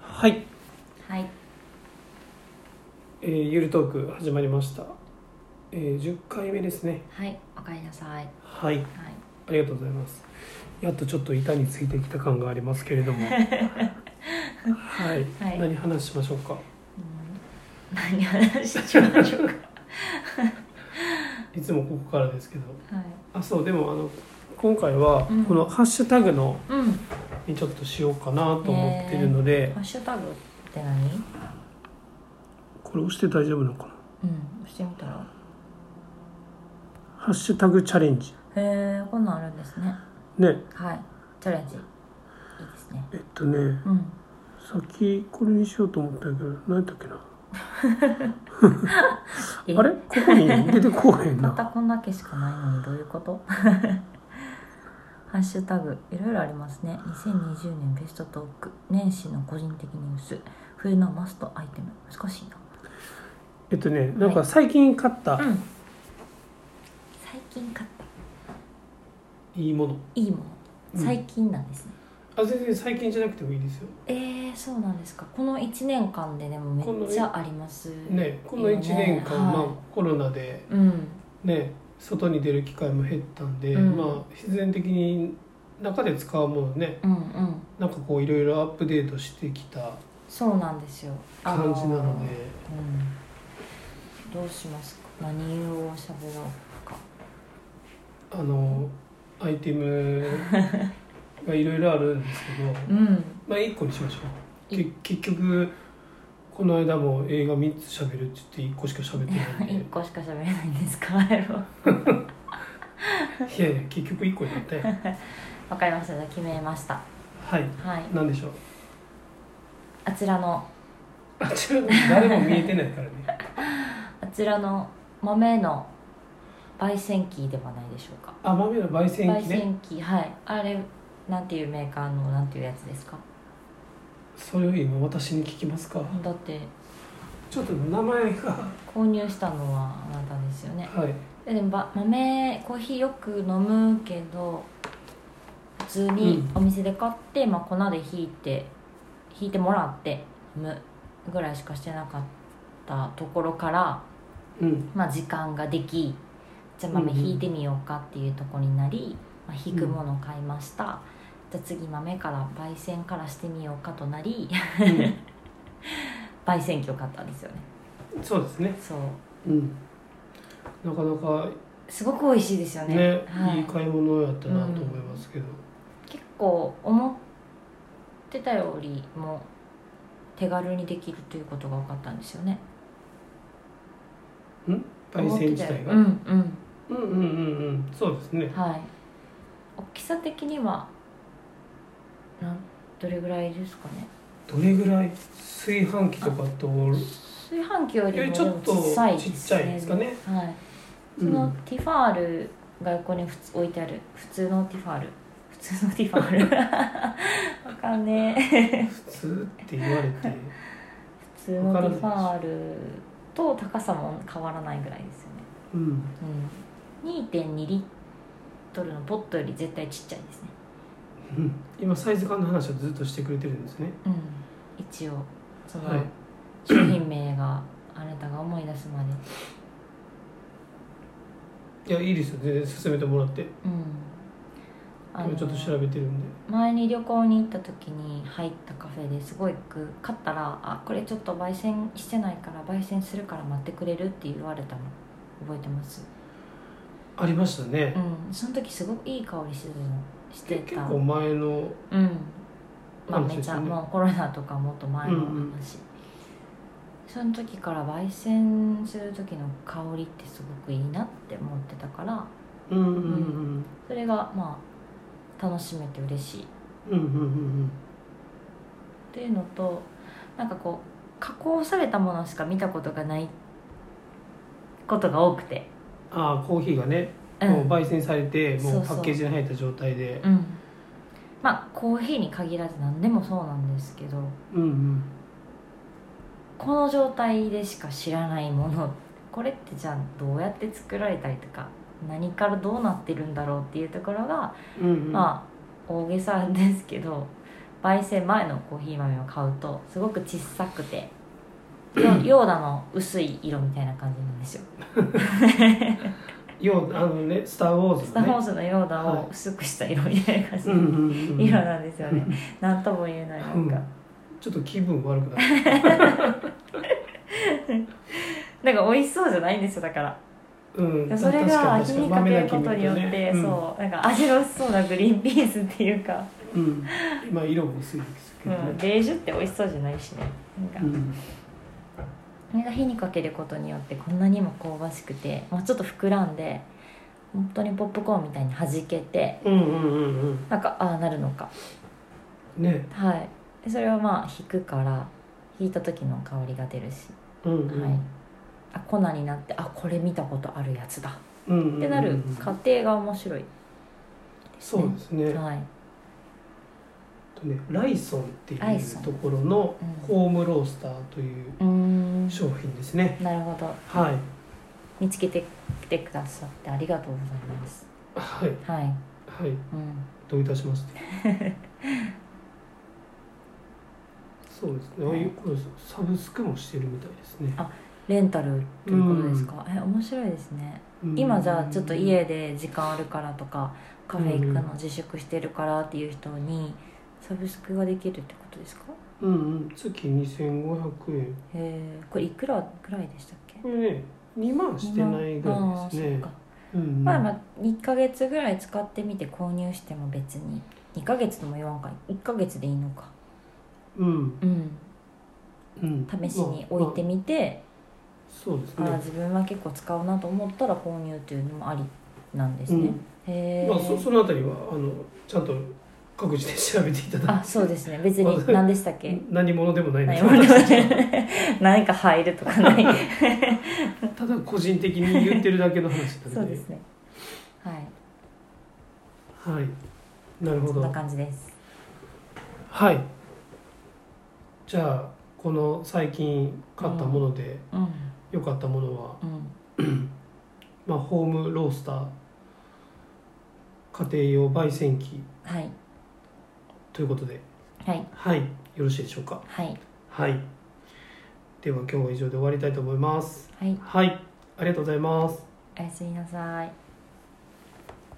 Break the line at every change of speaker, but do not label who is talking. はい、
はい
えーゆるトーク始まりました、えー、10回目ですね
はいおかえりなさい
はい
はい
ありがとうございますやっとちょっと板についてきた感がありますけれど もはい、
はい
何話しましょうか
うん何話しましょうか
いつもここからですけど
はい
あそうでもあの今回は
うん
このハッシュタグの
うん
にちょっとしようかなと思ってるので、
ハッシュタグって何
これ押して大丈夫なのかな
うん押してみたら
ハッシュタグチャレンジ
へえこんなんあるんですね
ね
はいチャレンジいいですね
えっとね
うん
先これにしようと思ったけど何やったっけな
え
あれここに出てこうへん
また
な
こんだけしかないのにどういうこと ハッシュタグいろいろありますね2020年ベストトーク年始の個人的ニュース冬のマストアイテム難しいな
えっとねなんか最近買った
うん最近買った
いいもの
いいもの
うん
最近なんですね、
あ全然最近じゃなくてもいいですよ
えー、そうなんですかこの1年間ででもめっちゃあります
ねこの1年間、
はい
まあコロナで
うん
ね外に出る機会も減ったんで、
うん
まあ必然的に中で使うものね
うんうん
なんかこういろいろアップデートしてきた
そうなんですよあ
感じなので、
うん、どうしますか何をしゃべろうか
あのアイテムがいろいろあるんですけど
うん
まあ1個にしましょうけ結局この間も映画3つしゃべるって言って1個しかしゃべってないんで
一個しか喋れないんですか や
い
ろ
やいや結局1個になったよ
わかりましたじゃあ決めました
はい
はい
何でしょう
あちらの
あちら誰も見えてないからね
あちらの豆の焙煎機ではないでしょうか
あ豆の焙煎
焙
機ね
煎機はいあれなんていうメーカーのなんていうやつですか
それを今私に聞きますか
だって
ちょっと名前が
購入したのはあなたですよね
はい
えでもば豆コーヒーよく飲むけど普通に
うん
お店で買って、まあ、粉でひいてひいてもらって飲むぐらいしかしてなかったところから、
うん
まあ、時間ができじゃあ豆
うんうん
ひいてみようかっていうところになり、まあ、ひくものを買いました、じゃあ次豆から焙煎からしてみようかとなり 焙煎機を買ったんですよね
うんそうですね
そう
うんなかなか
すごく美味しいですよね
ね、
はい
いい買い物やったなと思いますけど、
結構思ってたよりも手軽にできるということが分かったんですよね
焙煎自体が、
思ってたよ
う
りうん
んうんうんうんそうですね
うんはい大きさ的にはなんどれぐらいですかね
どれぐらい炊飯器とかと
炊飯器より
より
も
ちょっと
でも小さい
ちっちゃいですかね
はいそ
うん
のティファールが横に普通置いてある普通のティファール普通のティファール わかんねえ
普通って言われて
普通のティファールと高さも変わらないぐらいですよね
うん
うん、2.2リットルのポットより絶対ちっちゃいですね、
うん今サイズ感の話をずっとしてくれてるんですね
うん、一応その
はい
商品名があなたが思い出すま
い
で、
やいいですよ全然進めてもらって
うん、あ
今ちょっと調
の
べてるんで
前に旅行に行った時に入ったカフェですごいく買ったら「あこれちょっと焙煎してないから焙煎するから待ってくれる」って言われたの覚えてます、
ありましたね
うん、その時すごくいい香りしてたのして
結
た
構前の
うんまあ
話
め
で
ち
す
ゃ
よね
もうコロナとかもっと前の話、
うんうん
その時から焙煎する時の香りってすごくいいなって思ってたから
うんうんうん
それがまあ楽しめて嬉しいっ
うんうんうん
ていうのとなんかこう加工されたものしか見たことがないことが多くて
ああコーヒーがね、
う、
もうん焙煎されても
そう
う
そ
パ
う
ッケージに入った状態で
うん、まあコーヒーに限らず何でもそうなんですけど
うんうん
この状態でしか知らないものこれってじゃあどうやって作られたりとか何からどうなってるんだろうっていうところが、
うんうん
まあ大げさですけど焙煎前のコーヒー豆を買うとすごく小さくてよヨーダの薄い色みたいな感じなんですよ
ようあのね「スター・ウォーズ
スター・ウォー
の、ね」
ズのヨーダを薄くした色みたいな感じ
う
の
んうんうん
色なんですよねなんとも言えないなんか、
ちょっと気分悪くなる
なんか美味しそうじゃないんですよだから
うん
それ
確
が
か
味に
確
か
か
け
に
ることによって、
豆だけ見るとね
そうなんか味の薄そうなグリーンピースっていうか、
うん、うんまあ色も薄いですけ
う
ど
ん、
ね、
ベージュって美味しそうじゃないしねなんか、
うん
これが火にかけることによってこんなにも香ばしくてもうちょっと膨らんで本当にポップコーンみたいに弾けて
うんうんうんうん
なんかああなるのか
ね
はいでそれをまあ引くから引いた時の香りが出るし、
うんうん、
はいあ粉になってあこれ見たことあるやつだ
うんうんうんうん
ってなる過程が面白い、
そうですね
はい
とねライソンってい
ライソ
う
ン
ところの
うん
ホームロースターという
うーん
商品ですね、
なるほど
はい
見つけてきてくださってありがとうございます
はい
はい、
はい
うん、
どういたしまして そうですねああいうこれサブスクもしてるみたいですね
あレンタルということですか、え面白いですね
うん
今じゃあちょっと家で時間あるからとかカフェ行くの自粛してるからっていう人にサブスクができるってことですか
うんうん月2500円
へえこれいくらぐらいでしたっけ
これね2万してないぐらいです
あーそっ
ね
か
うんうん
まあまあ2ヶ月ぐらい使ってみて購入しても別に2ヶ月とも言わんか1ヶ月でいいのか
うん
うん
うん
試しに置いて
まあま
みて、
あそうです
ああ
ね
自分は結構使うなと思ったら購入っていうのもありなんです
う
ね、
ん
へえ、
まあそそのあたりはあのちゃんと各自で調べていただい
あそうですね別に何でしたっけ
て何者でもないの
何
で
もね 何か入るとかない
ただ個人的に言ってるだけの話な
そう
の
で
です
ねはい
はいなるほ
そんな
ど
感じです
はいじゃあこの最近買ったもので
うん
良かったものは、
うん
まあ、ホームロースター家庭用焙煎機
はい
ということで
はい
はいよろしいでしょうか
はい
はいでは今日は以上で終わりたいと思います
はい
はいありがとうございます
おやすみなさい